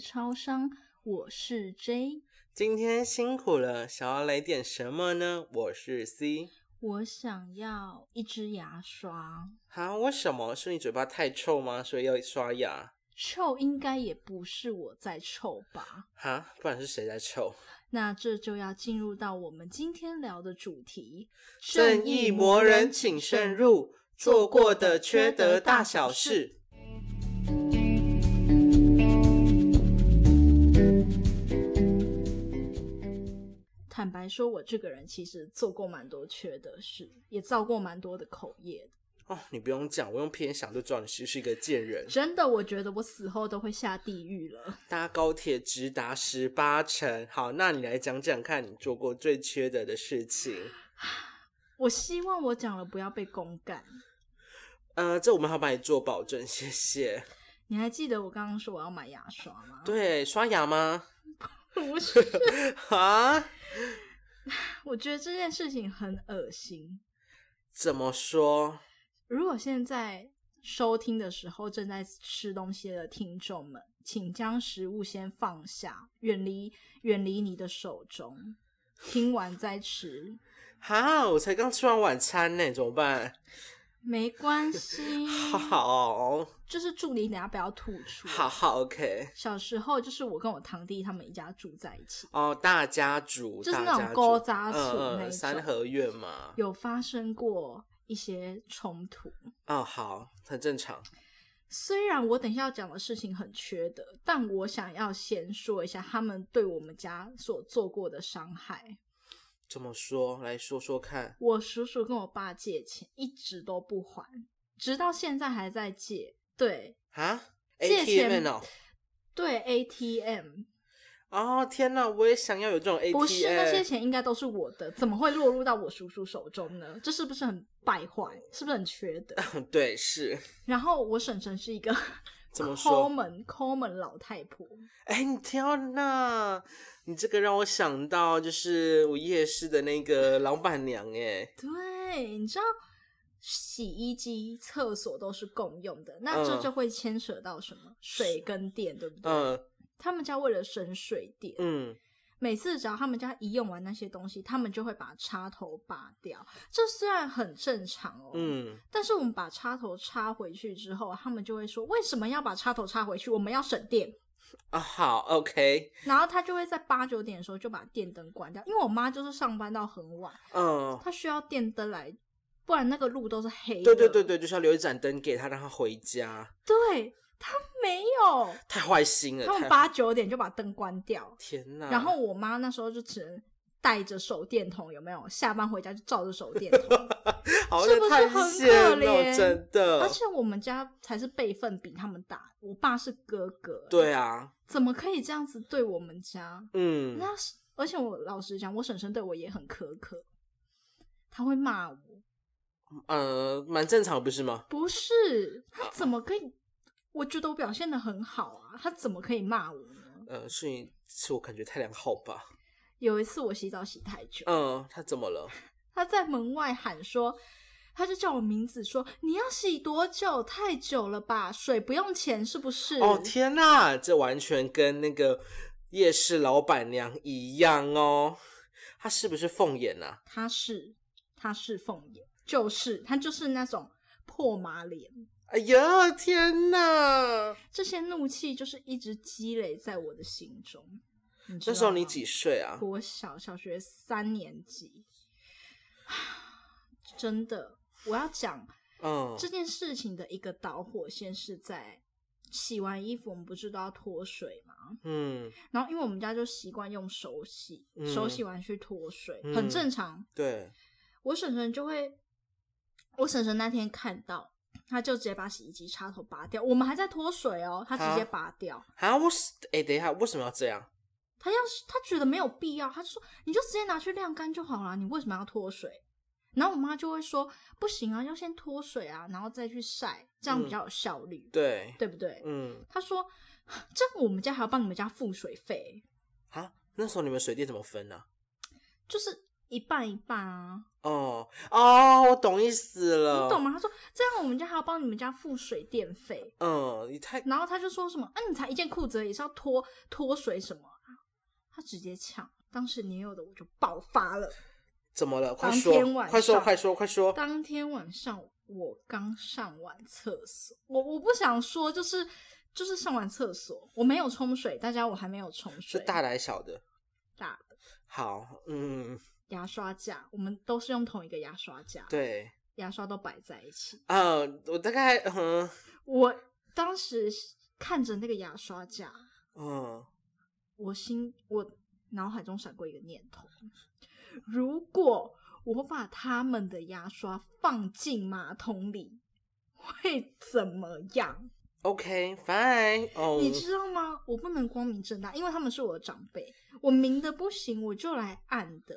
超商，我是 J。今天辛苦了，想要来点什么呢？我是 C。我想要一支牙刷，啊，为什么？是你嘴巴太臭吗？所以要刷牙？臭应该也不是我在臭吧？哈，不然是谁在臭？那这就要进入到我们今天聊的主题：正义魔人，请慎入，做过的缺德大小事。坦白说，我这个人其实做过蛮多缺德事，也造过蛮多的口业的。哦，你不用讲，我用屁眼想就知道你是是一个贱人。真的，我觉得我死后都会下地狱了。搭高铁直达十八层。好，那你来讲讲看，你做过最缺德的事情。我希望我讲了不要被公干。呃，这我们还要帮你做保证，谢谢。你还记得我刚刚说我要买牙刷吗？对，刷牙吗？ 不是，啊？我觉得这件事情很恶心。怎么说？如果现在收听的时候正在吃东西的听众们，请将食物先放下，远离远离你的手中，听完再吃，哈，我才刚吃完晚餐呢，怎么办？没关系。 好，就是祝你等下不要吐出。好，好，OK。小时候就是我跟我堂弟他们一家住在一起，哦，大家族，就是那大种家族勾扎族嗯那一嗯，三种合院嘛。有发生过一些冲突。哦，好，很正常。虽然我等一下要讲的事情很缺德，但我想要先说一下他们对我们家所做过的伤害。怎么说？来说说看。我叔叔跟我爸借钱，一直都不还，直到现在还在借。对啊借钱？ATM 哦，对，ATM 哦天哪，我也想要有这种 ATM。不是那些钱应该都是我的，怎么会落入到我叔叔手中呢？这是不是很败坏？是不是很缺德？ 嗯对，是然后我婶婶是一个怎么抠说？门抠门老太婆，哎、你天哪！你这个让我想到就是我夜市的那个老板娘哎，对，你知道洗衣机、厕所都是共用的，那嗯这就会牵扯到什么、水跟电，对不对？嗯他们家为了省水电，嗯，每次只要他们家一用完那些东西，他们就会把插头拔掉。这虽然很正常哦，，嗯，但是我们把插头插回去之后，他们就会说为什么要把插头插回去？我们要省电。啊好，OK，然后他就会在八九点的时候就把电灯关掉，因为我妈就是上班到很晚，嗯，她需要电灯来，不然那个路都是黑的。对对对对，就是要留一盏灯给他，让他回家。对他没有，太坏心了，嗯他太们八九点就把灯关掉，天哪！然后我妈那时候就只能带着手电筒，有没有？下班回家就照着手电 哦筒，好是不是太很险了可怜真的而，且我们家才是辈分比他们大，我爸是哥哥，，对啊，怎么可以这样子对我们家？嗯，那是而且我老实讲，我婶婶对我也很苛刻，她会骂我，呃，蛮正常不是吗？不是她怎么可以？我觉得我表现的很好啊，她怎么可以骂我呢？呃，是你是我感觉太良好吧？有一次我洗澡洗太久，嗯，他怎么了？他在门外喊说，他就叫我名字说：“你要洗多久？太久了吧？水不用钱是不是？”哦天哪，这完全跟那个夜市老板娘一样哦。他是不是凤眼啊？他是他是凤眼，就是他就是那种破马脸，哎呀，天哪！这些怒气就是一直积累在我的心中。知道那时候吗你几岁啊？国小小学三年级， 真的，我要讲嗯，这件事情的一个导火线是在洗完衣服，我们不是都要脱水吗？嗯，然后因为我们家就习惯用手洗，嗯手洗完去脱水，嗯很正常。对，我婶婶就会，我婶婶那天看到，她就直接把洗衣机插头拔掉，我们还在脱水哦，她直接啊拔掉。啊，我是哎、等一下，为什么要这样？她要是她觉得没有必要，她就说你就直接拿去晾干就好了，你为什么要脱水？然后我妈就会说不行啊，要先脱水啊，然后再去晒，这样比较有效率，嗯对，对不对？嗯，她说 这样我们家还要帮你们家付水费，啊，那时候你们水电怎么分呢、就是一半一半啊。哦，哦，我懂意思了。你懂？吗？他说这样我们家还要帮你们家付水电费，嗯，你太然后他就说什么，啊，你才一件裤子而已，是要脱脱水什么啊？他直接呛，当时年幼的我就爆发了。怎么了？快当说天，晚快说，上快说，快说！当天晚上我刚上完厕所，我我不想说，就是就是上完厕所，我没有冲水，大家我还没有冲是水，大的还是小的？大的好，嗯，牙刷架，我们都是用同一个牙刷架，对，牙刷都摆在一起。啊，我大概，嗯我当时看着那个牙刷架，嗯，我心我脑海中闪过一个念头：如果我把他们的牙刷放进马桶里，会怎么样？ OK，fine，、哦，你知道吗？我不能光明正大，因为他们是我的长辈，我明的不行，我就来暗的。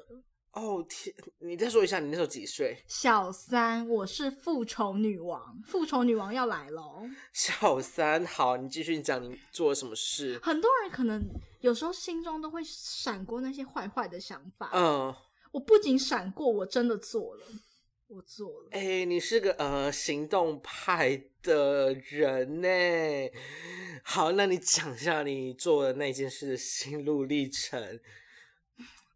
哦天，你再说一下，你那时候几岁？ 小三，我是复仇女王，复仇女王要来喽！小三，好，你继续讲，你做了什么事？很多人可能有时候心中都会闪过那些坏坏的想法。嗯，我不仅闪过，我真的做了，我做了。哎、你是个呃行动派的人呢。好，那你讲一下你做的那件事的心路历程。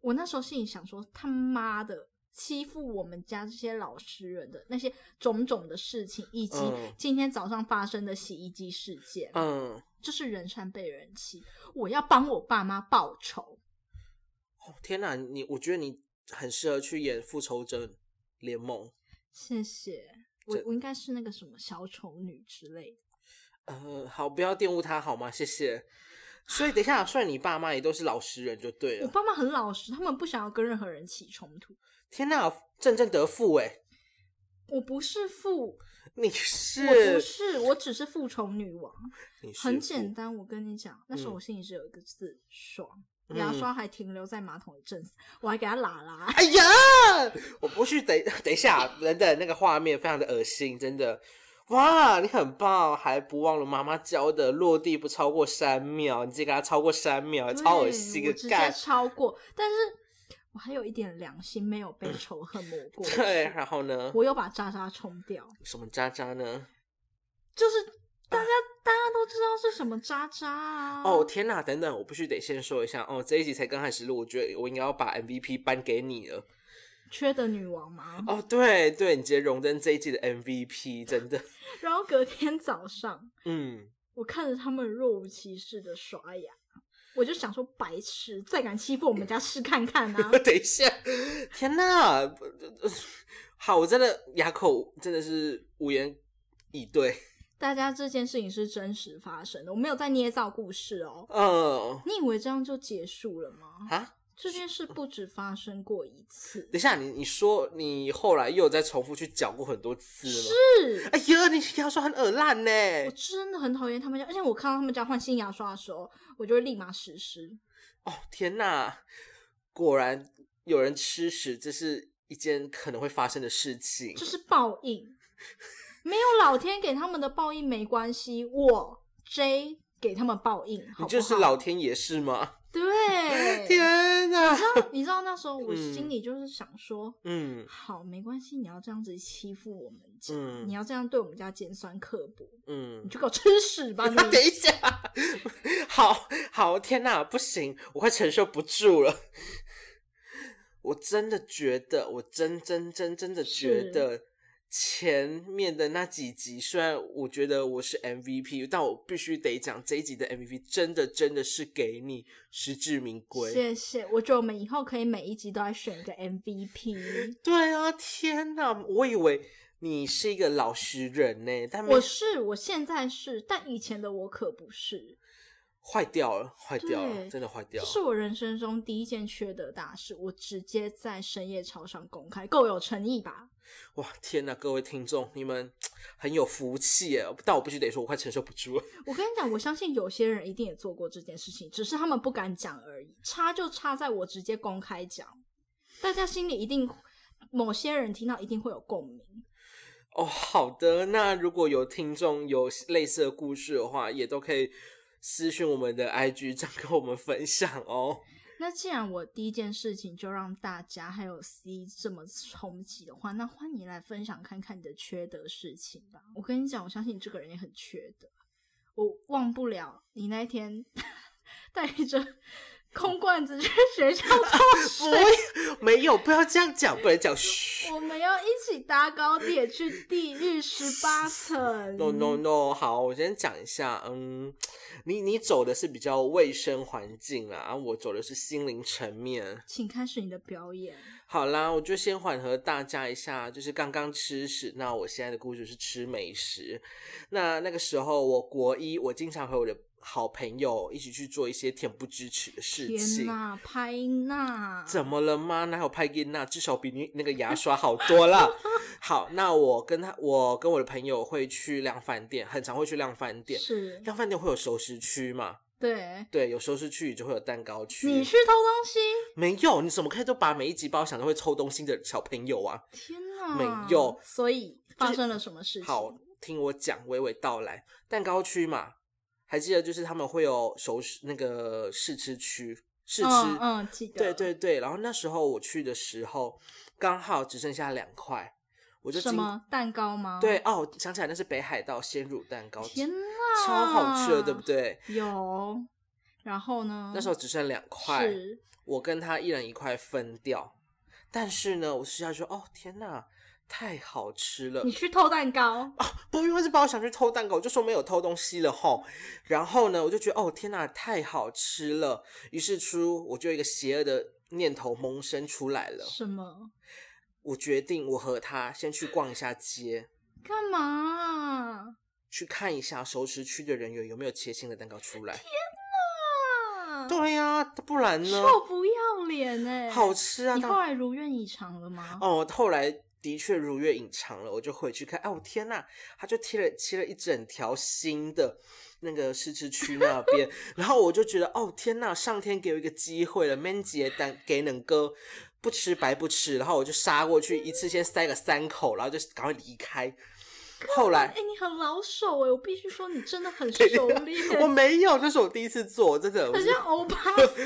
我那时候心里想说，他妈的欺负我们家这些老实人的那些种种的事情，以及嗯今天早上发生的洗衣机事件，嗯，这是人善被人欺。我要帮我爸妈报仇。哦天哪，你我觉得你很适合去演复仇者联盟。谢谢，我这我应该是那个什么小丑女之类的。呃，好，不要玷污他好吗？谢谢。所以等一下，所以你爸妈也都是老实人就对啊我了。爸妈很老实，他们不想要跟任何人起冲突。天哪，正正得父哎，我不是父，你是我不是，我只是复仇女王。你是很父简单，我跟你讲，那时候嗯我心里只有一个字“爽”，牙嗯刷还停留在马桶一阵子，我还给它拉拉。哎呀，我不去等等一下，等等那个画面非常的恶心，真的。哇，你很棒，还不忘了妈妈教的落地不超过三秒，你直接给他超过三秒，超恶对心我的直接干。超过，但是我还有一点良心，没有被仇恨 磨过去。对，然后呢？我又把渣渣冲掉，什么渣渣呢？就是大家、大家都知道是什么渣渣啊。哦，天哪！等等，我必须得先说一下哦，这一集才刚开始录，我觉得我应该要把 MVP 颁给你了。缺的女王吗？哦，对对，你直接荣登这一季的 MVP，真的，然后隔天早上，嗯，我看着他们若无其事的刷牙，我就想说，白痴，再敢欺负我们家试看看啊！ 等一下，天哪！ 不呃好，我真的哑口，真的是无言以对。大家这件事情是真实发生的，我没有在捏造故事哦。嗯，你以为这样就结束了吗？啊，这件事不止发生过一 次等，一下，你你说你后来又有再重复去讲过很多次了吗？是哎呀，你牙刷很耳烂呢。我真的很讨厌他们家，而且我看到他们家换新牙刷的时候，我就会立马实施。哦，天哪！果然有人吃屎，这是一件可能会发生的事情这。是报应。没有老天给他们的报应没关系，我 J 给他们报应，好不你好就是老天爷是吗？对。 天哪！然后你知道那时候我嗯心里就是想说，嗯好没关系，你要这样子欺负我们家，嗯你要这样对我们家尖酸刻薄，嗯你。就给我吃屎 吧你！等一下，好好，天哪，不行，我快承受不住了。我真的觉得，我真真真真的觉是得，前面的那几集，虽然我觉得我是 MVP，但我必须得讲这一集的 MVP 真的真的是给你实至名归。谢谢，我觉得我们以后可以每一集都来选一个 MVP。对啊，天哪，我以为你是一个老实人呢，但没我是，我现在是，但以前的我可不是。坏掉了，坏掉了，对真的坏掉这了。是我人生中第一件缺德大事，我直接在深夜超商公开，够有诚意吧？哇，天呐，各位听众，你们很有福气耶！但我必须得说，我快承受不住了。我跟你讲，我相信有些人一定也做过这件事情，只是他们不敢讲而已。差就差在我直接公开讲，大家心里一定，某些人听到一定会有共鸣。哦，好的，那如果有听众有类似的故事的话，也都可以私讯我们的 IG，这样跟我们分享哦。那既然我第一件事情就让大家还有 C 这么冲击的话，那换你来分享看看你的缺德事情吧。我跟你讲，我相信你这个人也很缺德。我忘不了你那一天 带着空罐子去学校偷水，不，没有，不要这样讲，不能讲。嘘我们要一起搭高铁去地狱十八层。 ，no no no，好，我先讲一下，嗯，你你走的是比较卫生环境啦，啊我走的是心灵层面。请开始你的表演。好啦，我就先缓和大家一下，就是刚刚吃屎。那我现在的故事是吃美食。那那个时候，我国一，我经常和我的好朋友一起去做一些恬不知耻的事天情。呐，拍呐！怎么了吗？哪有派金娜？至少比你那个牙刷好多 了。好，那我跟他，我跟我的朋友会去量饭店，很常会去量饭店。是？量饭店会有熟食区嘛？对，对，有熟食区就会有蛋糕区。你去偷东西？没有？你怎么可以都把每一集把我想成会抽东西的小朋友啊？天呐，没有。所以发生了什么事情？好，听我讲，娓娓道来。蛋糕区嘛，还记得就是他们会有熟食那个试吃区，试吃、嗯嗯，记得。对对对，然后那时候我去的时候，刚好只剩下两块，我就什经么蛋糕吗？对，哦，想起来那是北海道鲜乳蛋糕，天呐，超好吃的，对不？对？有。然后呢？那时候只剩两块，嗯是我跟他一人一块分掉。但是呢，我吃下去，哦天呐，太好吃了你！去偷蛋糕，不因为是把我想去偷蛋糕，我就说没有偷东西了吼。然后呢，我就觉得哦天呐，太好吃了！于是出我就有一个邪恶的念头萌生出来了，什么？我决定我和他先去逛一下街，干嘛？去看一下熟食区的人员有没有切新的蛋糕出来。啊，对呀、不然呢？臭不要脸哎！好吃啊！你后当来如愿以偿了吗？哦，后来的确如愿以偿了，我就回去看，哎，我天呐，他就贴了切了一整条新的那个试吃区那 边，然后我就觉得，哦天呐，上天给我一个机会了，man 姐蛋给能哥。不吃白不吃，然后我就杀过去，一次先塞个三口，然后就赶快离开。后来哎、你很老手哎、我必须说你真的很熟 我练，没有，那是我第一次做，真的我很是像欧巴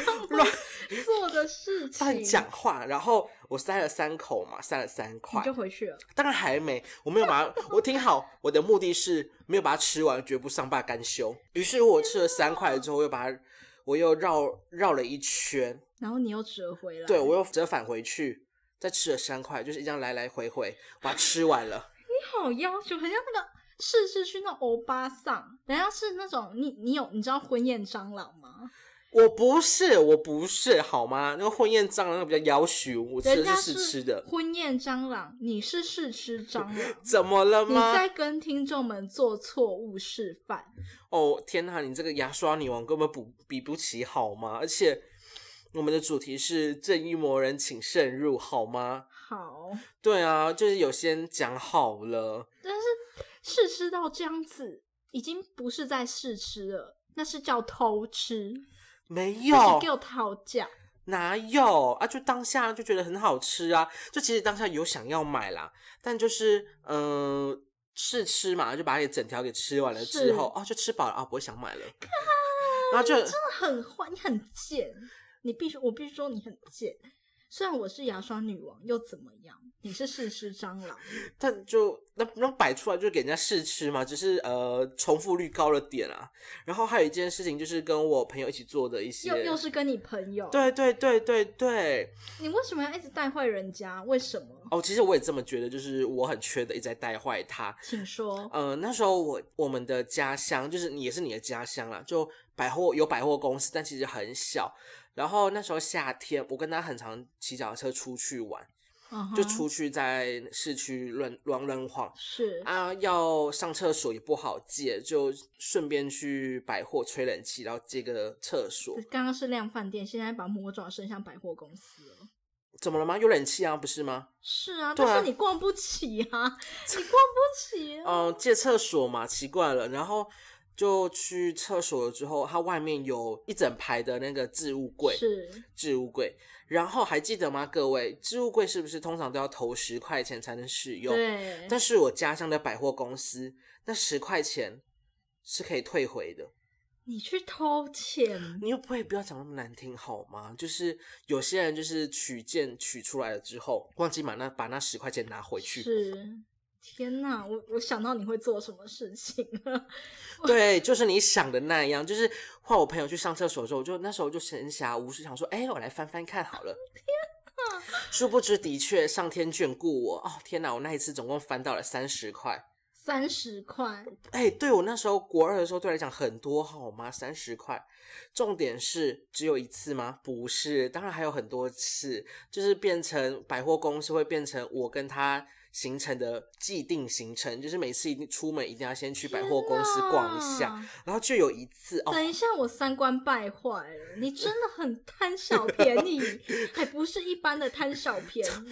上 乱会做的事情。乱讲话。然后我塞了三口嘛，塞了三块你，就回去了。当然还没，我没有把它，我听好，我的目的是没有把它吃完，绝不上罢甘休。于是我吃了三块之后，又把它，我又绕绕了一圈，然后你又折回来，对我又折返回去，再吃了三块，就是这样来来回回把它吃完了。你好要求，很像那个试试去那种欧巴桑，人家是那种你你有你知道婚宴蟑螂吗？我不是，我不是，好吗？那个婚宴蟑螂那个比较妖虚，我吃人的家是试吃的，。婚宴蟑螂，你是试吃蟑螂 怎么了你吗？在跟听众们做错误示范，哦天呐，你这个牙刷女王根本不比不起好吗？而且我们的主题是正义魔人请慎入好吗？好，对啊，就是有先讲好了，但是试吃到这样子，已经不是在试吃了，那是叫偷吃，没那有是给我讨价。哪有啊？就当下就觉得很好吃啊，就其实当下有想要买啦，但就是嗯。呃试吃嘛，就把它整条给吃完了之是后，哦，就吃饱了啊，不会想买了，然后就那很坏，你很贱，你必须，我必须说你很贱。虽然我是牙刷女王，又怎么样？你是试吃蟑螂，但就那那摆出来就给人家试吃嘛，只是呃重复率高了点啊。然后还有一件事情就是跟我朋友一起做的一些，又又是跟你朋友，对对对对对你为什么要一直带坏人家？为什么？哦，其实我也这么觉得，就是我很缺的一直在带坏他。请说。呃，那时候我我们的家乡就是也是你的家乡啦，就百货有百货公司，但其实很小。然后那时候夏天，我跟他很常骑脚踏车出去玩，嗯哼就出去在市区乱乱乱晃。是啊，要上厕所也不好借，就顺便去百货吹冷气，然后借个厕所。刚刚是量饭店，现在把魔爪伸向百货公司了。怎么了吗？有冷气啊，不是吗？是啊，对啊但是你逛不起 啊，你逛不起、啊。嗯、借厕所嘛，奇怪了。然后就去厕所了之后，它外面有一整排的那个置物柜，是置物柜。然后还记得吗，各位？置物柜是不是通常都要投十块钱才能使用？对，但是我家乡的百货公司，那十块钱是可以退回的。你去偷钱，你又不会不要讲那么难听好吗？就是有些人就是取件取出来了之后，忘记把那把那十块钱拿回去。是，天哪，我我想到你会做什么事情了。对，就是你想的那样。就是换我朋友去上厕所的时候，我就那时候就闲暇无事，想说，哎、我来翻翻看好了。殊不知，的确上天眷顾我哦！天哪，我那一次总共翻到了三十块。三十块，哎、对我那时候国二的时候，对我来讲很多好吗？三十块，重点是只有一次吗？不是，当然还有很多次，就是变成百货公司会变成我跟他形成的既定行程，就是每次一定出门一定要先去百货公司逛一下，天然后就有一次哪。哦，等一下，我三观败坏了！你真的很贪小便宜，还不是一般的贪小便 宜。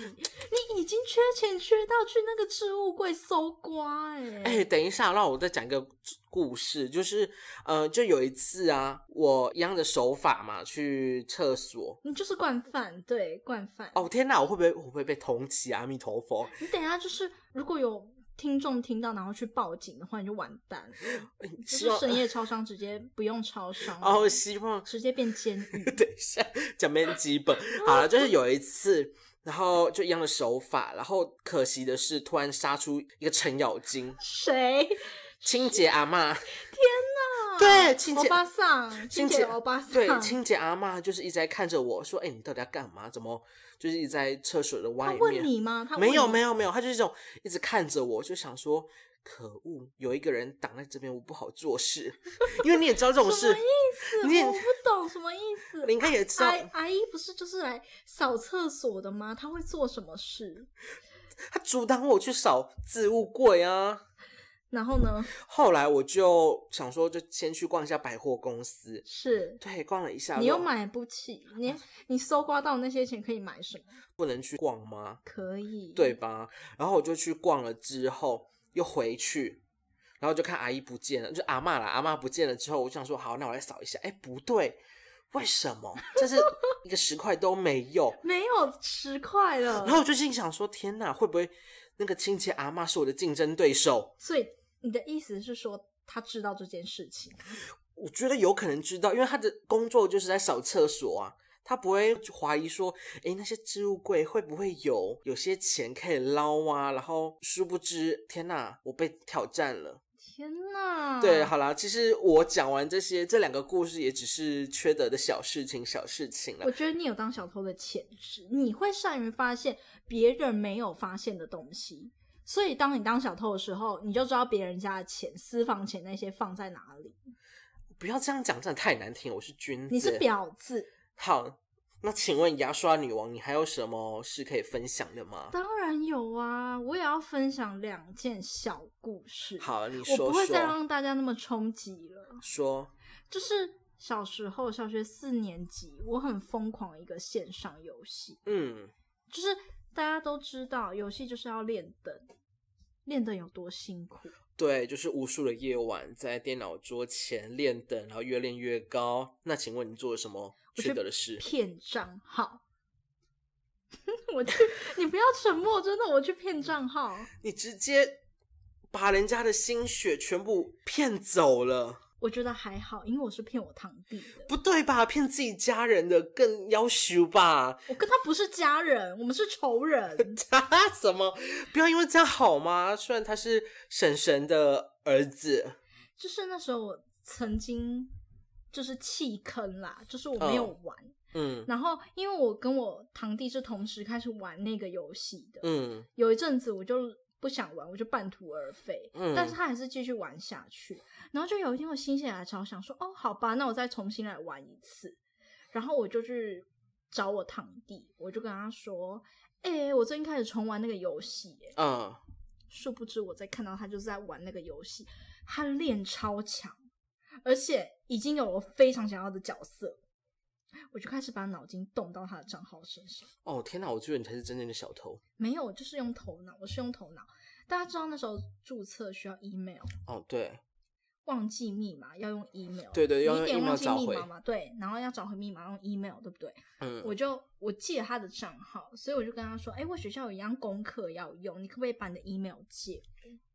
你已经缺钱缺到去那个置物柜搜刮、欸，哎、等一下，让我再讲一个故事，就是，呃，就有一次啊，我一样的手法嘛，去厕所。你就是惯犯，对，惯犯。哦天哪，我会不会我会不会被通缉啊？阿弥陀佛！你等一下就是，如果有听众听到然后去报警的话，你就完蛋了，就希是望深夜超商直接不用超商哦，希望 直接变监狱。等一下，讲面基本好了，就是有一次，然后就一样的手法，然后可惜的是，突然杀出一个程咬金，谁？清洁阿嬷。天对，清欧洁巴桑，清洁欧巴桑，对清洁阿嬷就是一直在看着我说：“哎、你到底要干嘛？怎么就是一直在厕所的他外问面？”你吗？他问没有你没有没有，他就是这种一直看着我，就想说。可恶，有一个人挡在这边，我不好做事， 因为你也知道这种什么事，意思？你也我不懂什么意思 你。应该也知道阿，阿姨不是就是来扫厕所的吗？她会做什么事？他阻挡我去扫置物柜啊。然后呢？后来我就想说，就先去逛一下百货公司，是对，逛了一下，你又买不起， 你你搜刮到那些钱可以买什么？不能去逛吗？可以，对吧？然后我就去逛了之后，又回去，然后就看阿姨不见了，就阿嬷啦，阿嬷不见了之后，我就想说，好，那我来扫一下，哎，不对，为什么？这是一个十块都没有，没有十块了 然，后我就心想说，天哪，会不会那个亲戚阿嬷是我的竞争对手？所以你的意思是说他知道这件事情？我觉得有可能知道，因为他的工作就是在扫厕所啊，他不会怀疑说，诶，那些置物柜会不会有有些钱可以捞啊？然后殊不知，天哪，我被挑战了。天哪！对，好啦，其实我讲完这些这两个故事，也只是缺德的小事情，小事情了我。觉得你有当小偷的潜质，你会善于发现别人没有发现的东西。所以，当你当小偷的时候，你就知道别人家的钱、私房钱那些放在哪里。不要这样讲，真的太难听了。我是君子，你是婊子，好。那请问牙刷女王，你还有什么事可以分享的吗？当然有啊！我也要分享两件小故事。，好，你我说不会再说让大家那么冲击了。说，就是小时候，小学四年级，我很疯狂的一个线上游戏，嗯，就是大家都知道，游戏就是要练等，练等有多辛苦。对，就是无数的夜晚在电脑桌前练等，然后越练越高。那请问你做了什么我缺去德的事？骗账号。 我去， 你不要沉默，真的，我去骗账号。你直接把人家的心血全部骗走了，我觉得还好，因为我是骗我堂弟的，不对吧？骗自己家人的更要求吧？。我跟他不是家人，我们是仇人 他什么？不要因为这样好吗？虽然他是婶婶的儿子，就是那时候我曾经就是弃坑啦，就是我没有玩。嗯然后因为我跟我堂弟是同时开始玩那个游戏的，嗯，有一阵子我就不想玩，我就半途而废。嗯但是他还是继续玩下去。然后就有一天我心血来潮，想说哦，好吧，那我再重新来玩一次。然后我就去找我堂弟，我就跟他说：“哎、我最近开始重玩那个游戏。”哎，嗯，殊不知我在看到他就是在玩那个游戏，他练超强，而且已经有我非常想要的角色。我就开始把脑筋动到他的账号身上。哦天哪！我觉得你才是真正的小偷。没有，我就是用头脑，我是用头脑。大家知道那时候注册需要 email，哦，对，忘记密码要用 email，对对要你一用点忘 email 记找密回码嘛，对，然后要找回密码用 email，对不对？嗯，我就我借他的账号，所以我就跟他说：“哎、我学校有一样功课要用，你可不可以把你的 email 借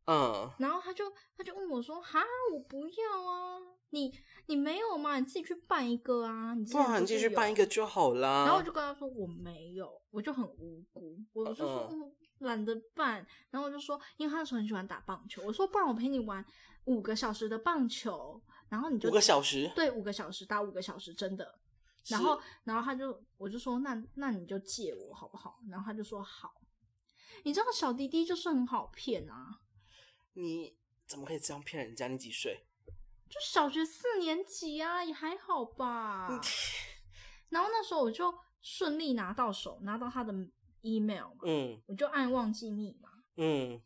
嗯，？”然后他就他就问我说：“哈，我不要啊，你你没有吗？你自己去办一个啊，你之不前然不你继是续办有一个就好啦。然后我就跟他说我没有，我就很无辜，我就说嗯嗯嗯懒得办。然后我就说，因为他那时候很喜欢打棒球，我说不然我陪你玩五个小时的棒球，然后你就五个小时，对五个小时打五个小时，真的。然后然后他就我就说那那你就借我好不好？然后他就说好。你知道小弟弟就是很好骗啊，你怎么可以这样骗人家？你几岁？就小学四年级啊，也还好吧。嗯然后那时候我就顺利拿到手，拿到他的 email 嘛，嗯我就按忘记密码，嗯，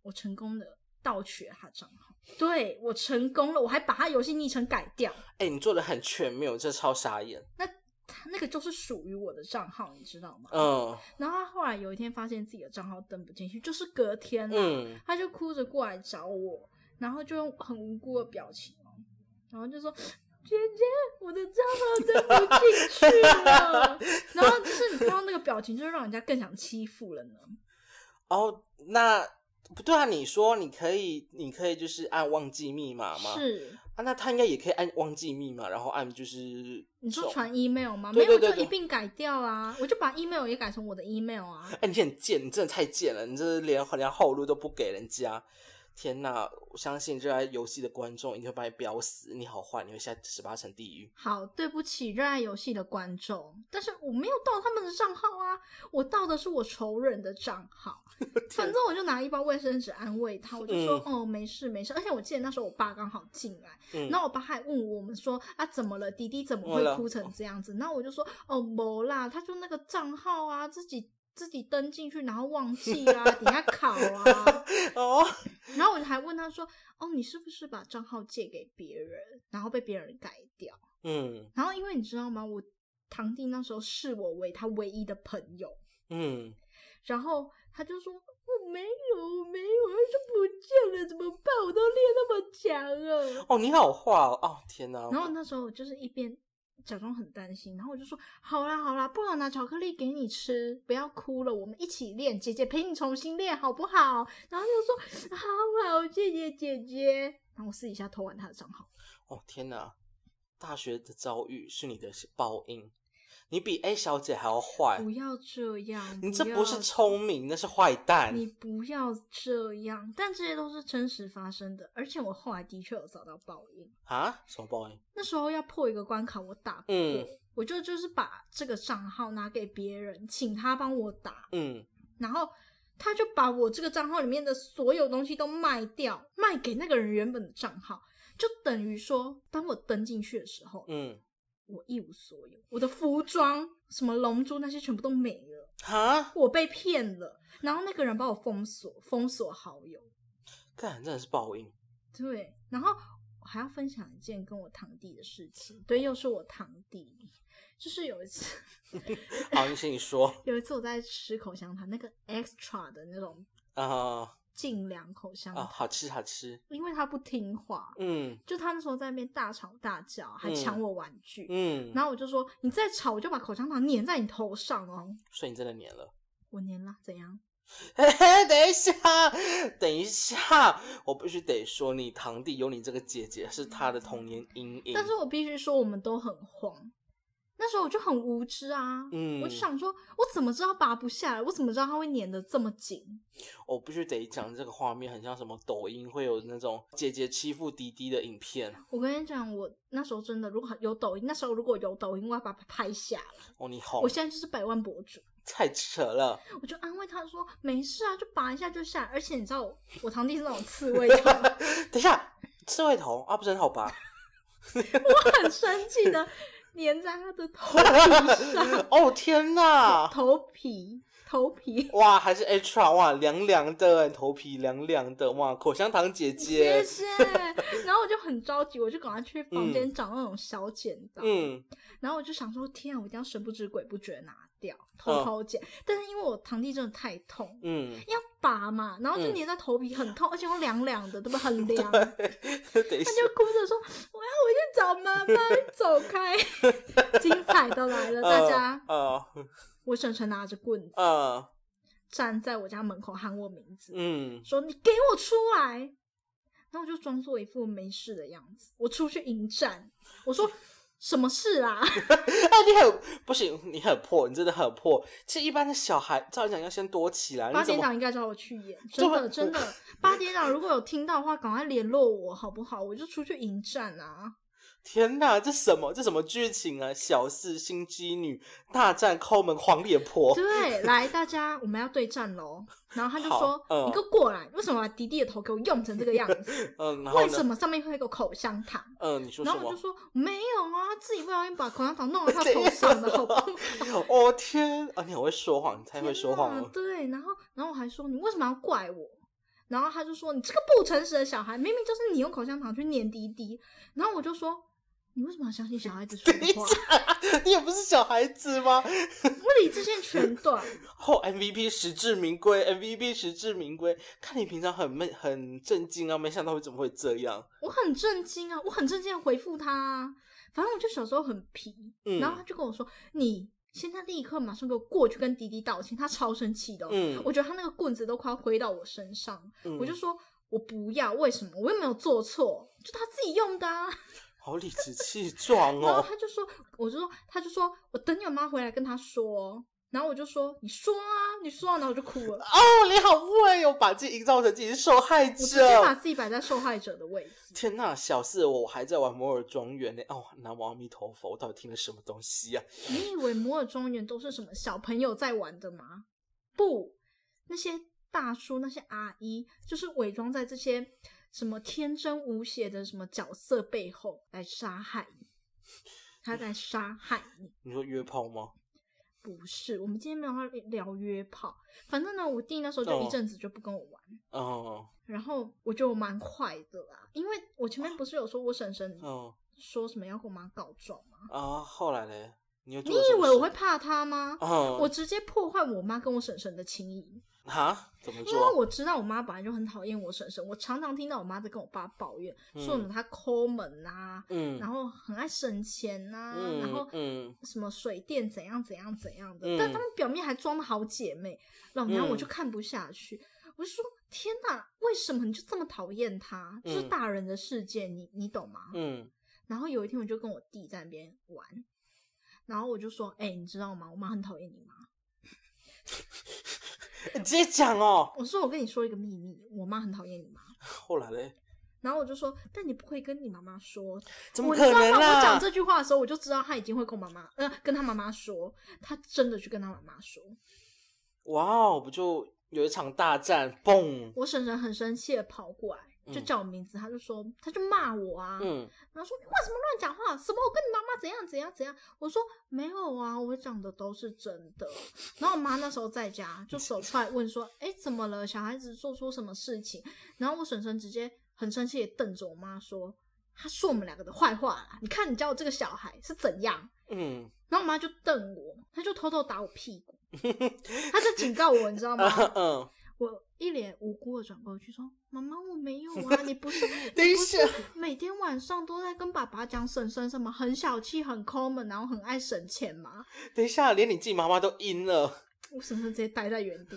我成功的盗取了他的账号。对我成功了，我还把他游戏昵称改掉，哎、你做的很全面，我这超傻眼。他那个就是属于我的账号，你知道吗？嗯然后他后来有一天发现自己的账号登不进去，就是隔天啦，嗯，他就哭着过来找我，然后就用很无辜的表情哦，然后就说：“姐姐，我的账号登不进去 了。”然后就是你看到那个表情，就让人家更想欺负了呢。哦，那不对啊，你说你可以，你可以就是按忘记密码吗？是，啊，那他应该也可以按忘记密码，然后按就是你说走传 email 吗？对对没有，对我就对一并改掉啊，我就把 email 也改成我的 email 啊。哎、你很贱，你真的太贱了，你这连连后路都不给人家。天呐，我相信热爱游戏的观众一定会把你飙死，你好坏，你会下十八层地狱。好，对不起，热爱游戏的观众，但是我没有盗他们的账号啊，我盗的是我仇人的账 号。反正我就拿一包卫生纸安慰他，我就说、哦没事没事。而且我记得那时候我爸刚好进来，嗯然后我爸还问我们说啊怎么了，弟弟怎么怎么会了哭成这样子？然后我就说哦没啦，他就那个账号啊自己。自己登进去，然后忘记啊，底下考啊，哦，然后我还问他说：“哦，你是不是把账号借给别人，然后被别人改掉？”嗯然后因为你知道吗，我堂弟那时候视我为他唯一的朋友，嗯，然后他就说我没有，我没有，他就不见了，怎么办？我都练那么强了。哦，你好坏哦，哦天呐，然后那时候我就是一边假装很担心，然后我就说好啦好啦，不然我拿巧克力给你吃，不要哭了，我们一起练，姐姐陪你重新练好不好？然后他就说好好，谢谢姐姐。然后我私底下偷完他的账号，哦天呐，大学的遭遇是你的报应，你比 A 小姐还要坏不，要这样，哎你这不不是要聪明，那是坏蛋。你不要这样，但这些都是真实发生的，而且我后来的确有遭到报应。啊？什么报应？那时候要破一个关卡，我打不过，嗯我就就是把这个账号拿给别人，请他帮我打，嗯，然后他就把我这个账号里面的所有东西都卖掉，卖给那个人原本的账号，就等于说，当我登进去的时候，嗯，我一无所有，我的服装、什么龙珠那些全部都没了，哈，我被骗了，然后那个人把我封锁，封锁好友。干，真的是报应。对，然后我还要分享一件跟我堂弟的事情，对，又是我堂弟，就是有一次，好，你请你说有一次我在吃口香糖，那个 extra 的那种啊、净凉口香啊，糖，好吃好吃。因为他不听话，嗯就他那时候在那边大吵大叫，还抢嗯我玩具，嗯，然后我就说你再吵，我就把口香糖粘在你头上哦，所以你真的黏了。我粘了，怎样？嘿嘿，等一下，等一下，我必须得说，你堂弟有你这个姐姐是他的童年阴影。但是我必须说，我们都很慌。那时候我就很无知啊，嗯我就想说，我怎么知道拔不下来？我怎么知道它会粘得这么紧？我必须得讲，这个画面很像什么抖音会有那种姐姐欺负弟弟的影片。我跟你讲，我那时候真的，如果有抖音，那时候如果有抖音，我要把它拍下来。哦，你好我，现在就是百万博主，太扯了。我就安慰他说没事啊，就拔一下就下来。而且你知道我，我堂弟是那种刺猬 头，我等一下，刺猬头啊，不是很好拔？很生气的粘在他的头皮 上， 哦天哪！头皮头皮。哇，还是 H R 哇，凉凉的，头皮凉凉的哇，口香糖姐谢姐，谢，然后我就很着急，我就赶快去房间找那种小剪刀，嗯然后我就想说，天啊，我一定要神不知鬼不觉地拿掉，偷偷剪。但是因为我堂弟真的太痛，嗯 要拔嘛，然后就嗯粘在头皮，很痛，而且又凉凉的，对吧？ 很凉。等一他下，就哭着说：“我要回去找妈妈，走 开！”精彩的来了，大家，呃我婶婶拿着棍子呃呃站在我家门口喊我名字，嗯，说：“你给我出来！”然后我就装作一副没事的样子，我出去迎战。我说：“什么事啊啦？”哎，你很不行，你很破，你真的很破。其实一般的小孩，照理讲要先躲起 来，八你怎点么档应该找我去演，真的对啊真的。八点档如果有听到的话，赶快联络我好不好？我就出去迎战啊！天哪，这什么这什么剧情啊？小四心机女大战抠门黄脸婆，对，来大家，我们要对战喽。然后他就说：“好嗯你给我过来！为什么把迪迪的头给我用成这个样子？嗯，然后为什呢？么上面会有一个口香糖嗯，你？”说然什后我就么？说：“没有啊，自己不小心把口香糖 弄到他头上的，好不好？”哦天啊，你很会说谎，你太会说谎天哪了。对，然后然后我还说：“你为什么要怪我？”然后他就说：“你这个不诚实的小孩，明明就是你用口香糖去粘迪迪。”然后我就说：“你为什么要相信小孩子说的话？ 你也不是小孩子吗？我理智线全断。”哦，MVP 实至名归，MVP 实至名归。看你平常很闷很震惊啊，没想到会怎么会这样。我很震惊啊，我很震惊的回复他、啊。反正我就小时候很皮，嗯然后他就跟我说：“你现在立刻马上给我过去跟迪迪道歉。”他超生气的哦、嗯我觉得他那个棍子都快要挥到我身上，嗯我就说。我不要，为什么？我又没有做错，就他自己用的、啊。好理直气壮 然后哦，他就说，我就说，他就说我等你妈回来跟他说。然后我就说，你说啊，你说啊，然后我就哭了。哦，你好会哦，把自己营造成自己是哦受害我直接把者。自己摆在受害者的位置。天呐，小四我我还在玩摩尔庄园呢，哦，南无阿弥陀佛，我到底听了什么东西啊呀、你以为摩尔庄园都是什么小朋友在玩的吗？不，那些大叔、那些阿姨，就是伪装在这些什么天真无邪的什么角色背后来杀害你。他在杀害你，你说约炮吗？不是。我们今天没有要聊约炮，反正呢，我弟那时候就一哦阵子就不跟我玩。哦然后我觉得我蛮坏的啦，因为我前面不是有说我婶婶哦说什么要跟我妈告状吗？啊，后来嘞，你又你做了以什么为我事会？怕她吗？哦，我直接破坏我妈跟我婶婶的情谊，哈怎么因为做？啊我知道我妈本来就很讨厌我婶婶，我常常听到我妈在跟我爸抱怨，嗯说什么她抠门啊，嗯然后很爱省钱呐、嗯然后嗯什么水电怎样怎样怎样的，嗯但她们表面还装的好姐妹，老娘嗯我就看不下去。我就说天哪，为什么你就这么讨厌她？就是嗯大人的世界，你你懂吗？嗯然后有一天我就跟我弟在那边玩，然后我就说，哎、你知道吗？我妈很讨厌你妈。你直接讲哦。我说我跟你说一个秘密，我妈很讨厌你妈。后来嘞，然后我就说，但你不会跟你妈妈说，怎么我可能啊知道吗？我啦讲？这句话的时候，我就知道她已经会跟我妈妈，呃，跟她妈妈说，她真的去跟她妈妈说。哇哦，不就有一场大战，嘣，我婶婶很生气的跑过来，就嗯叫我名字，她就说，她就骂我啊，嗯然后说你为什么乱讲话？什么我跟你妈妈怎样怎样怎样？我说没有啊，我讲的都是真的。然后我妈那时候在家就走出来问说：“哎，怎么了？小孩子做出什么事情？”然后我婶婶直接很生气的瞪着我妈说：“她说我们两个的坏话啦！你看你教我这个小孩是怎样嗯，？” 然后我妈就瞪我，她就偷偷打我屁股，她就警告我，你知道吗？嗯，我一脸无辜的转过去说：“妈妈，我没有 啊，你不是，你等一不是下每天晚上都在跟爸爸讲婶婶什么很小气、很抠门，然后很爱省钱吗等一下，连你自己妈妈都阴了。？”我婶婶直接待在原 地，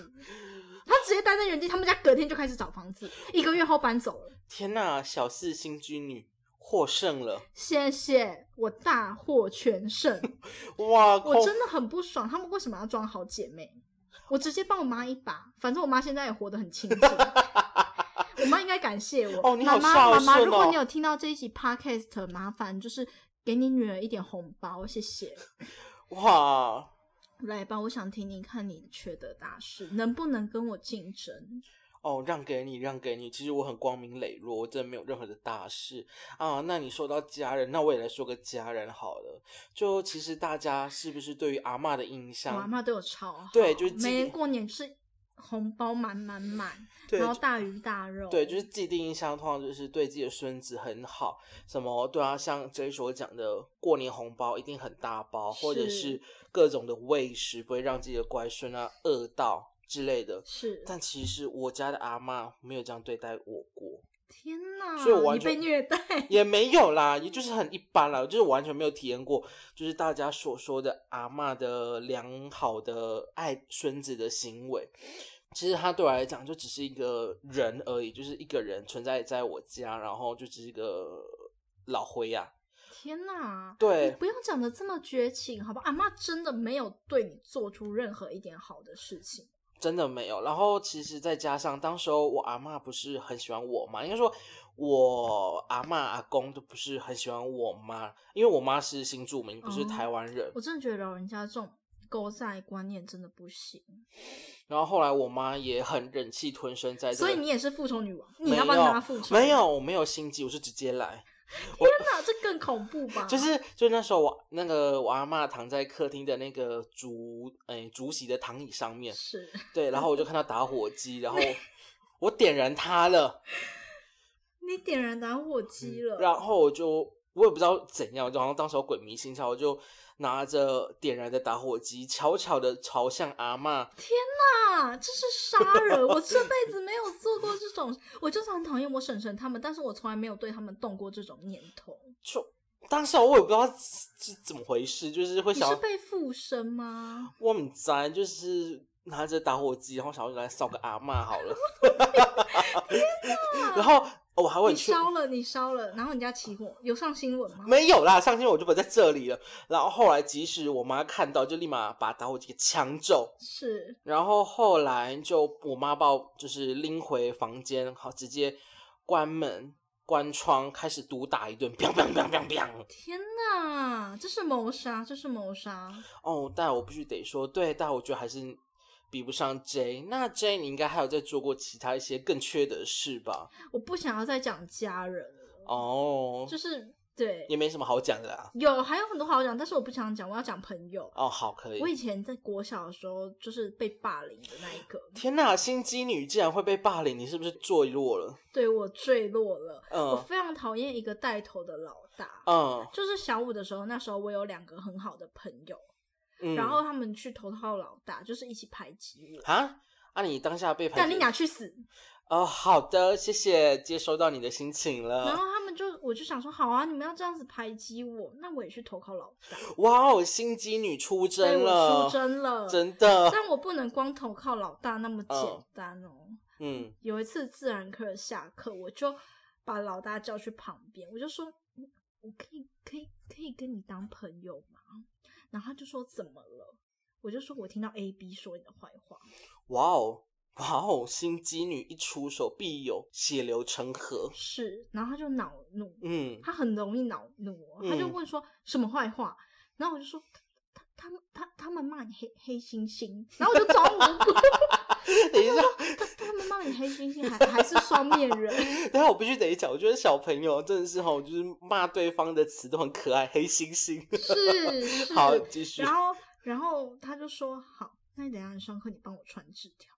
她直接待在原地，他们家隔天就开始找房子，一个月后搬走了。天呐，小四新居女获胜了！谢谢，我大获全胜，哇，我空真的很不爽，他们为什么要装好姐妹？我直接帮我妈一把，反正我妈现在也活得很清 静。我妈应该感谢我。哦你好妈孝妈，妈妈，顺如果哦你有听到这一集 podcast，麻烦就是给你女儿一点红包，谢谢。哇！来吧，我想听听看你的缺德大事，能不能跟我竞争？哦，让给你，让给你。其实我很光明磊落，我真的没有任何的大事啊。那你说到家人，那我也来说个家人好了。就其实大家是不是对于阿嬷的印我阿象？妈对我超好，对就是每记年过年就是红包满满满，对然后大鱼大肉，对，就是既定印象，通常就是对自己的孙子很好，什么对啊，像 J 所讲的，过年红包一定很大包，或者是是各种的喂食，不会让自己的乖孙啊饿到。之类的。是，但其实我家的阿嬷没有这样对待我过，天哪，所以我完你被全虐待，也没有啦，也就是很一般啦，就是完全没有体验过，就是大家所说的阿嬷的良好的爱孙子的行为。其实他对我来讲就只是一个人而已，就是一个人存在在我家，然后就只是一个老灰呀、天哪，对你不用讲的这么绝情，好吧？阿妈真的没有对你做出任何一点好的事情，真的没有。然后其实再加上当时候我阿嬷不是很喜欢我嘛，应该说我阿嬷阿公都不是很喜欢我妈，因为我妈是新住民，不是哦台湾人。我真的觉得老人家这种勾在观念真的不行，然后后来我妈也很忍气吞声在、这所个，以你也是复仇女王，你哎没要有帮他复仇，没有，我没有心机，我是直接来。天哪，这更恐怖吧？就是就那时候我那个我阿嬷躺在客厅的那个竹诶、竹席的躺椅上面， 是，对，然后我就看到打火机，然后我点燃它 了，你点燃打火机了，然后我就我也不知道怎样，然后当时我鬼迷心窍，我就拿着点燃的打火机，悄悄的朝向阿嬷。啊，这是杀人！我这辈子没有做过这种，我就是很讨厌我婶婶他们，但是我从来没有对他们动过这种念头。当时我也不知道是怎么回事，就是会你想是要被附身吗？我很宅，就是拿着打火机，然后想要来烧个阿嬷好 了。 然后哦我还会你去，烧了，你烧了，然后人家起火，有上新闻 吗？没有啦，上星期我就不在这里了。然后后来即使我妈看到，就立马把打火机给抢走。是，然后后来就我妈把我就是拎回房间，好直接关门关窗，开始毒打一顿，砰砰砰砰砰。天哪，啊这是谋杀，这是谋杀！哦，但我必须得说，对，但我觉得还是比不上 J。那 J 你应该还有在做过其他一些更缺德的事吧？我不想要再讲家人了，哦，就是对，也没什么好讲的啦。有还有很多好讲，但是我不想讲，我要讲朋友。哦，好，可我以。以前在国小的时候，就是被霸凌的那一个，天呐，心机女竟然会被霸凌，你是不是坠落了？对我坠落了。我嗯非常讨厌一个带头的老大。嗯就是小五的时候，那时候我有两个很好的朋友，嗯。然后他们去投靠老大，就是一起排挤我。啊啊，你当下被排干挤你俩去死！哦，好的，谢谢，接收到你的心情然了。后他们就，我就想说，好啊，你们要这样子排挤我，那我也去投靠老大，哇哦，心机女对出征我了，出征了，真的。但我不能光投靠老大那么简嗯单哦。嗯，有一次自然课下课，我就把老大叫去旁边，我就说：“嗯我可以，可以，可以跟你当朋友吗？”然后他就说：“怎么了？”我就说：“我听到 A B 说你的坏话。哇哦，哇哦，心机女一出手必有血流成”河。是，然后他就恼怒，嗯，他很容易恼怒哦，他就嗯问说：“什么坏话？”然后我就说：“他他们他他们骂你黑黑猩猩。”然后我就装无辜，等一下，他 他们骂你黑猩猩，还还是双面人。 等一下我必须得讲，我觉得小朋友真的是吼，就是骂对方的词都很可爱，黑猩猩。是是。好，继续然。后，然后他就说：“好，那你等一下你上课你帮我传纸条。”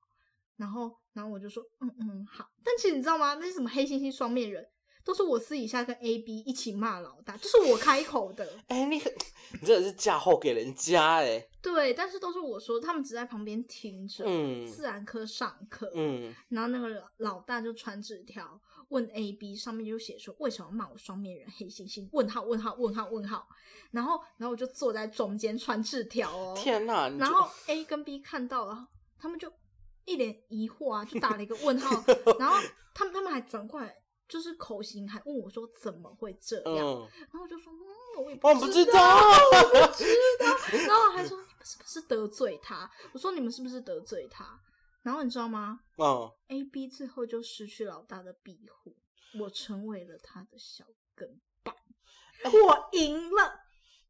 然后，然后我就说：“嗯嗯，好。”但其实你知道吗？那些什么黑猩猩、双面人，都是我私底下跟 A B 一起骂老大，就是我开口的。哎、你很，你真的是嫁祸给人家哎、对，但是都是我说，他们只在旁边听着。嗯自然科上课，嗯，然后那个老老大就传纸条问 A B，上面就写说为什么骂我双面人、黑猩猩？问号问号问号问号。然后，然后我就坐在中间传纸条哦。天啊哪！你就然后 A 跟 B 看到了，他们就一脸疑惑啊，就打了一个问 号，然后他们他们还转过来，就是口型还问我说怎么会这样，嗯，哦然后我就说嗯，我也我不知道， 道我不知道，然后还说你们是不是得罪他？我说你们是不是得罪他？然后你知道吗嗯， ？A、B 最后就失去老大的庇护，我成为了他的小跟班，哎我赢了。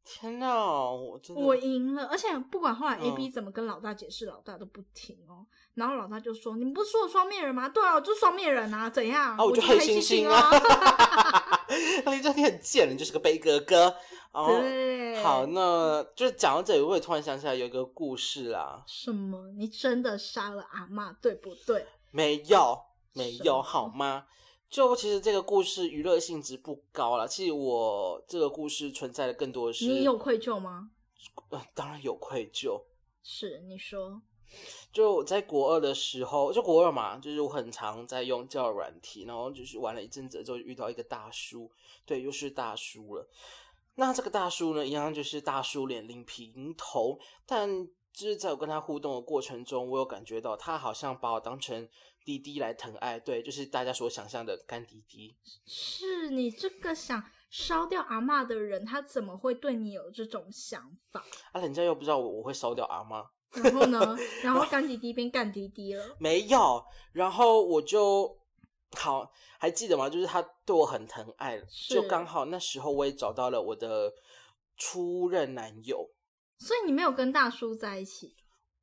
天哪！我真的我 赢了，而且不管后来嗯 A B 怎么跟老大解释，老大都不听哦。然后老大就说：“你们不是说我双面人吗？对啊，我就是双面人啊，怎样？啊，我就就黑猩猩猩 猩啊。啊！林正你很贱，你就是个悲哥哥。哦，对，好，那就是讲到这里，我也突然想起来有一个故事啦。什么？你真的杀了阿嬷，对不对？没有，没什么有，好吗？就其实这个故事娱乐性质不高啦。其实我这个故事存在的更多的是，你有愧疚吗？呃当然有愧疚。是，你说就我在国二的时候，就国二嘛，就是我很常在用交友软体，然后就是玩了一阵子之后遇到一个大叔，对，又是大叔了。那这个大叔呢，一样就是大叔脸、领平头，但就是在我跟他互动的过程中，我有感觉到他好像把我当成弟弟来疼爱，对，就是大家所想象的干弟弟。是你这个想烧掉阿嬷的人，他怎么会对你有这种想法？啊，人家又不知道我我会烧掉阿妈，然后呢，然 后干弟弟变干弟弟了，没有。然后我就好还记得吗？就是他对我很疼爱，是就刚好那时候我也找到了我的初任男友，所以你没有跟大叔在一起。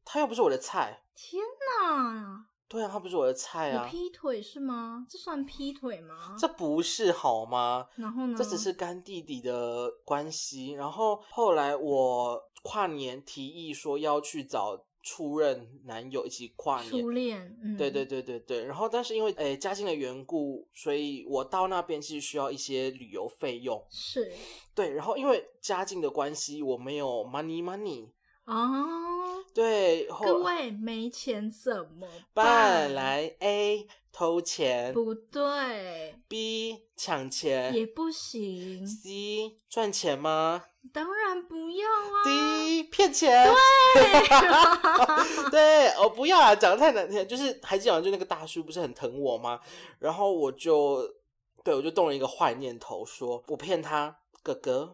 他又不是我的菜，天哪，对啊，他不是我的菜你啊，劈腿是吗？这算劈腿吗？这不是好吗？然后呢？这只是干弟弟的关系。然后后来我跨年提议说要去找初任男友一起跨初年。恋，嗯，对对对对对，然后但是因为诶家境的缘故，所以我到那边是需要一些旅游费用。是对，然后因为家境的关系，我没有 money money。哦。对，后各位没钱怎么办办？来 A 偷钱不对， ，B 抢也钱不行， ，C 赚钱吗当然不要啊。 ？D 骗钱。对。 对，我、不要啊，讲得太难听了。就是还记得吗就那个大叔不是很疼我吗？然后我就对我就动了一个坏念头说我骗他哥哥，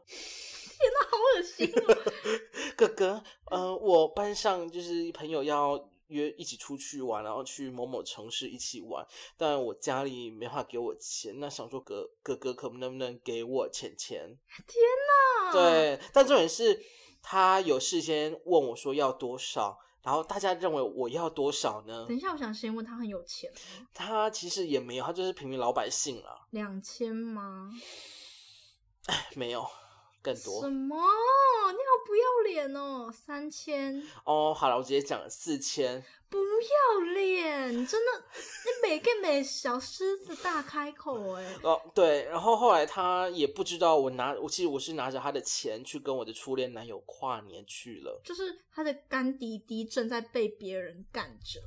好恶 心哦！哥哥，呃，我班上就是朋友要约一起出去玩，然后去某某城市一起玩，但我家里没法给我钱，那想说哥哥哥可不能不能给我钱钱？啊对，但重点是他有事先问我说要多少，然后大家认为我要多少呢？等一下，我想先问他很有钱吗，他其实也没有，他就是平民老百姓啦，两千吗？没有更什多么？你好不要脸哦！三千，哦。好了，我直接讲四千，不要脸！你真的，你每个每小狮子大开口哎、哦，对，然后后来他也不知道我拿，我其实我是拿着他的钱去跟我的初恋男友跨年去了。就是他的干弟弟正在被别人干着，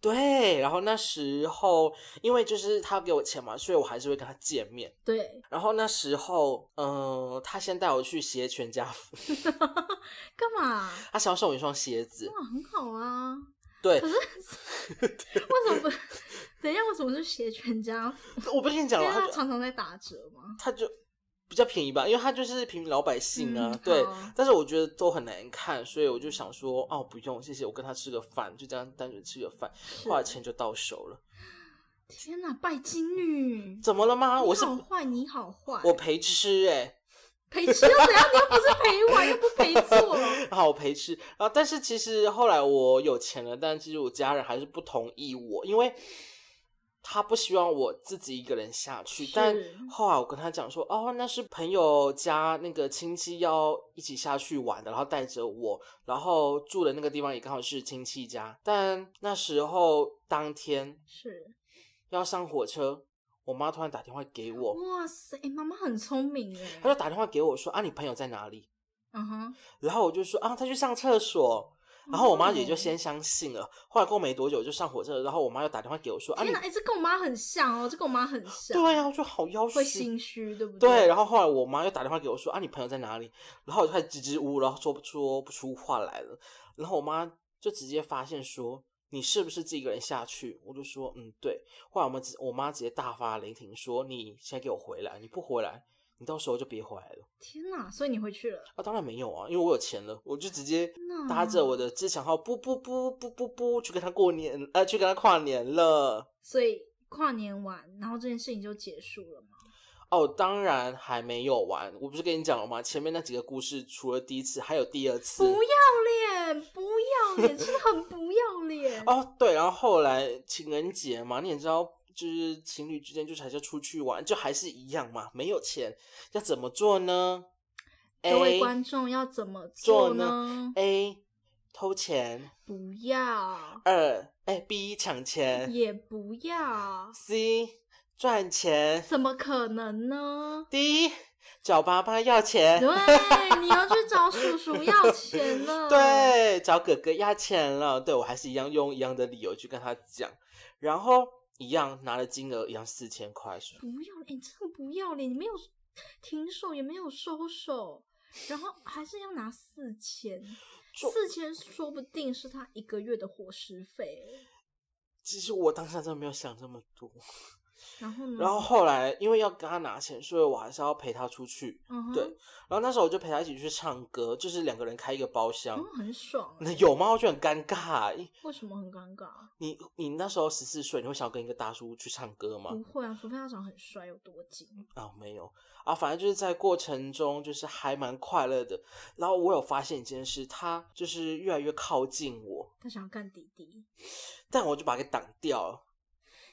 对，然后那时候因为就是他给我钱嘛，所以我还是会跟他见面。对，然后那时候，嗯、他先带我去鞋全家福，干嘛？他想要送我一双鞋子。哇，很好啊！对可，是为什么不？ 等一下，为什么是写全家福？我不是跟你讲因为了，他他就常常在打折嘛。他就比较便宜吧，因为他就是平民老百姓啊，嗯对好。但是我觉得都很难看，所以我就想说，哦，不用，谢谢，我跟他吃个饭，就这样单纯吃个饭，花了钱就到手了。天哪，拜金女！怎么了吗？我你是好坏，你好坏，我陪吃哎、陪吃又怎样？你又不是陪玩，又不陪做。 好我陪吃。然后但是其实后来我有钱了，但其实我家人还是不同意我，因为。他不希望我自己一个人下去，是但后来我跟他讲说，哦，那是朋友家那个亲戚要一起下去玩的，然后带着我，然后住的那个地方也刚好是亲戚家，但那时候当天是，要上火车，我妈突然打电话给我，哇塞，欸妈妈很聪明哎她。就打电话给我说，啊，你朋友在哪里？嗯哼，然后我就说啊，他去上厕所。然后我妈哦也就先相信了。后来过没多久就上火车了，然后我妈又打电话给我说啊天你哪，，哎、这跟我妈很像哦，这跟我妈很像。对呀、啊，我就好妖会虚。心虚，对不对，对，然后后来我妈又打电话给我说啊，你朋友在哪里？然后我就开始支支吾吾，然后说不说不出话来了。然后我妈就直接发现说你是不是自己一个人下去？我就说嗯对。后来我们直我妈直接大发雷霆说你现在给我回来，你不回来，你到时候就别回来了。天哪，所以你回去了。啊，当然没有啊，因为我有钱了，我就直接那搭着我的自强号，不不不不不不，去跟他过年，呃，去跟他跨年了。所以跨年完，然后这件事情就结束了嘛？哦，当然还没有完，我不是跟你讲了吗？前面那几个故事，除了第一次，还有第二次。不要脸，不要脸，真的很不要脸。哦，对，然后后来情人节嘛，你也知道，就是情侣之间就是还是要出去玩，就还是一样嘛，没有钱要怎么做呢各位？A 观众要怎么做做呢？ A 偷钱，不要，二哎 B 抢钱也不要， ，C 赚钱。怎么可能呢？第一找爸爸要钱， 对，你要去找叔叔要钱了。对，找哥哥要钱了，对我还是一样用一样的理由去跟他讲，然后一样拿了金额一样四千块，不要脸，你真的不要脸！你没有停手，也没有收手，然后还是要拿四千，就四千说不定是他一个月的伙食费。其实我当下真的没有想这么多，然后呢？然后后来因为要跟他拿钱，所以我还是要陪他出去，嗯哼，对，然后那时候我就陪他一起去唱歌，就是两个人开一个包厢嗯，，很爽欸、那有吗？我就很尴尬，啊因为什么很尴尬？你你那时候十四岁，你会想要跟一个大叔去唱歌吗？不会啊，除非他长得很帅，有多金。啊，没有啊，反正就是在过程中就是还蛮快乐的。然后我有发现一件事，他就是越来越靠近我，他想要干弟弟，但我就把他给挡掉了。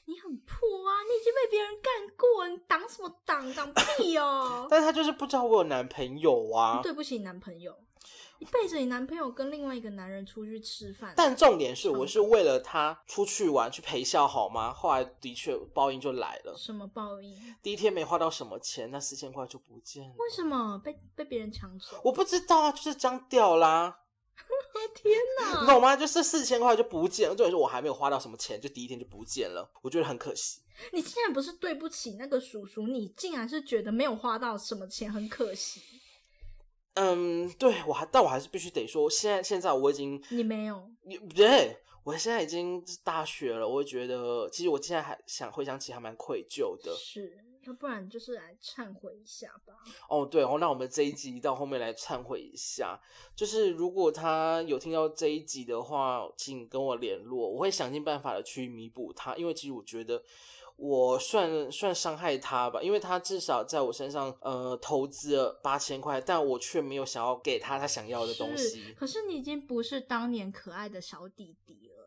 你很破啊！你已经被别人干过，你挡什么挡？挡屁哦！ 但是他就是不知道我有男朋友啊你。对不起你男朋友，你背着你男朋友跟另外一个男人出去吃饭，但重点是，我是为了他出去玩去陪笑好吗？后来的确报应就来了，什么报应？第一天没花到什么钱，那四千块就不见了。为什么被被别人抢走？我不知道啊，就是这样掉啦， 天你哪！懂吗？就是四千块就不见了，重点是我还没有花到什么钱，就第一天就不见了，我觉得很可惜。你竟然不是对不起那个叔叔，你竟然是觉得没有花到什么钱，很可惜。嗯，对我还，但我还是必须得说，现在现在我已经，你没有，也不对，我现在已经是大学了，我会觉得，其实我现在还想回想起还蛮愧疚的。是要不然就是来忏悔一下吧。哦，对哦，那我们这一集到后面来忏悔一下，就是如果他有听到这一集的话，请跟我联络，我会想尽办法的去弥补他，因为其实我觉得。我算算伤害他吧，因为他至少在我身上，呃，投资了八千块，但我却没有想要给他他想要的东西。是，可是你已经不是当年可爱的小弟弟了。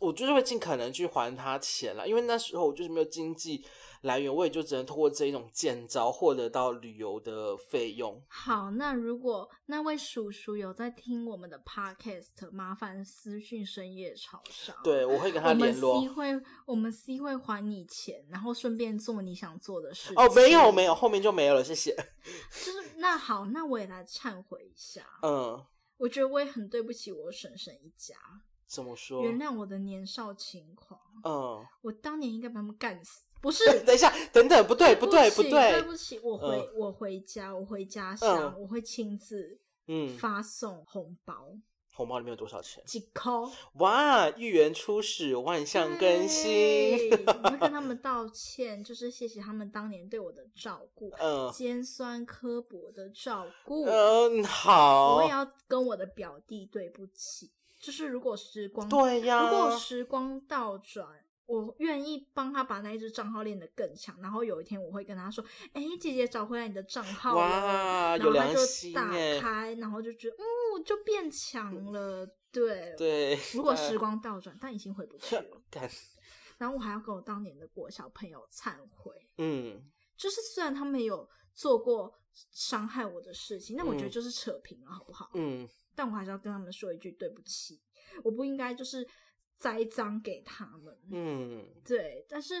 我就是会尽可能去还他钱啦，因为那时候我就是没有经济来源，我也就只能通过这一种见招获得到旅游的费用。好，那如果那位叔叔有在听我们的 podcast，麻烦私讯深夜潮商。，对，我会跟他我们联 C 络。会，我们 C 会还你钱，然后顺便做你想做的事情。哦，没有没有，后面就没有了，谢谢。就是那好，那我也来忏悔一下。嗯，我觉得我也很对不起我婶婶一家，怎么说？原谅我的年少轻狂，嗯，我当年应该把他们干死。不是，等一下，等等，不对，不对，起不对对，不起，我回、嗯我回家，我回家乡，我会亲自嗯，发送红包，红包里面有多少钱？几扣。哇，一元出始，万象更新。对我会跟他 们道歉，就是谢谢他们当年对我的照顾，嗯尖酸刻薄的照顾。嗯，我也好，要跟我的表弟对不起，就是如果时光，对呀如。果时光倒转。我愿意帮他把那一只账号练得更强，然后有一天我会跟他说：“哎、姐姐找回来你的账号了。”哇，然有后他良就心打哎。开，然后就觉得，嗯，就变强了。对，对，如果但时光倒转，但已经回不去了。 干，然后我还要跟我当年的国小朋友忏悔，嗯，就是虽然他们有做过伤害我的事情，但我觉得嗯就是扯平了，好不好？嗯，但我还是要跟他们说一句对不起，我不应该就是栽赃给他们。嗯，对，但是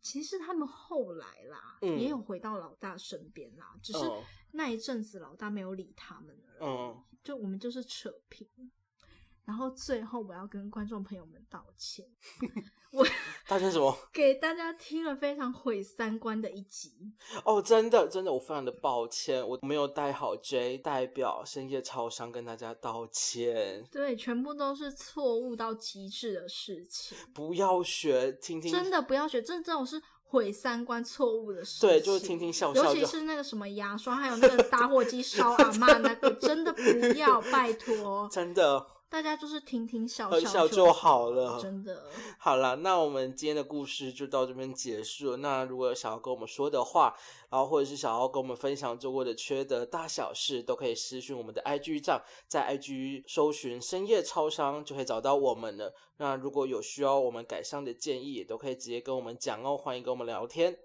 其实他们后来啦，嗯也有回到老大身边啦，只是哦那一阵子老大没有理他们而已。嗯，就我们就是扯平。然后最后我要跟观众朋友们道歉，大家什么？给大家听了非常毁三观的一集。哦，真的，真的，我非常的抱歉，我没有带好 J，代表深夜超商跟大家道歉。对，全部都是错误到极致的事情，不要学，听听，真的不要学，这这种是毁三观错误的事情。对，就是听听笑笑尤其就是那个什么牙刷，还有那个打火机烧阿嬷那个，真的不要，拜托， 真的。大家就是听听笑呃笑笑就好了真的。好了，那我们今天的故事就到这边结束了。那如果有想要跟我们说的话，然后或者是想要跟我们分享做过的缺德大小事，都可以私讯我们的 IG 账，在 IG 搜寻“深夜超商”就可以找到我们了。那如果有需要我们改善的建议，也都可以直接跟我们讲哦，欢迎跟我们聊天。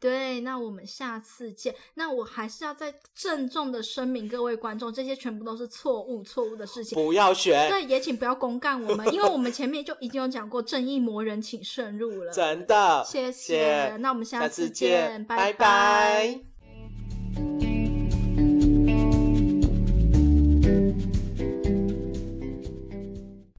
对，那我们下次见。那我还是要再郑重的声明各位观众，这些全部都是错误、错误的事情。不要学，对，也请不要公干我们，因为我们前面就已经有讲过，正义魔人请慎入了。真的，谢谢那我们下下次见，见，拜拜拜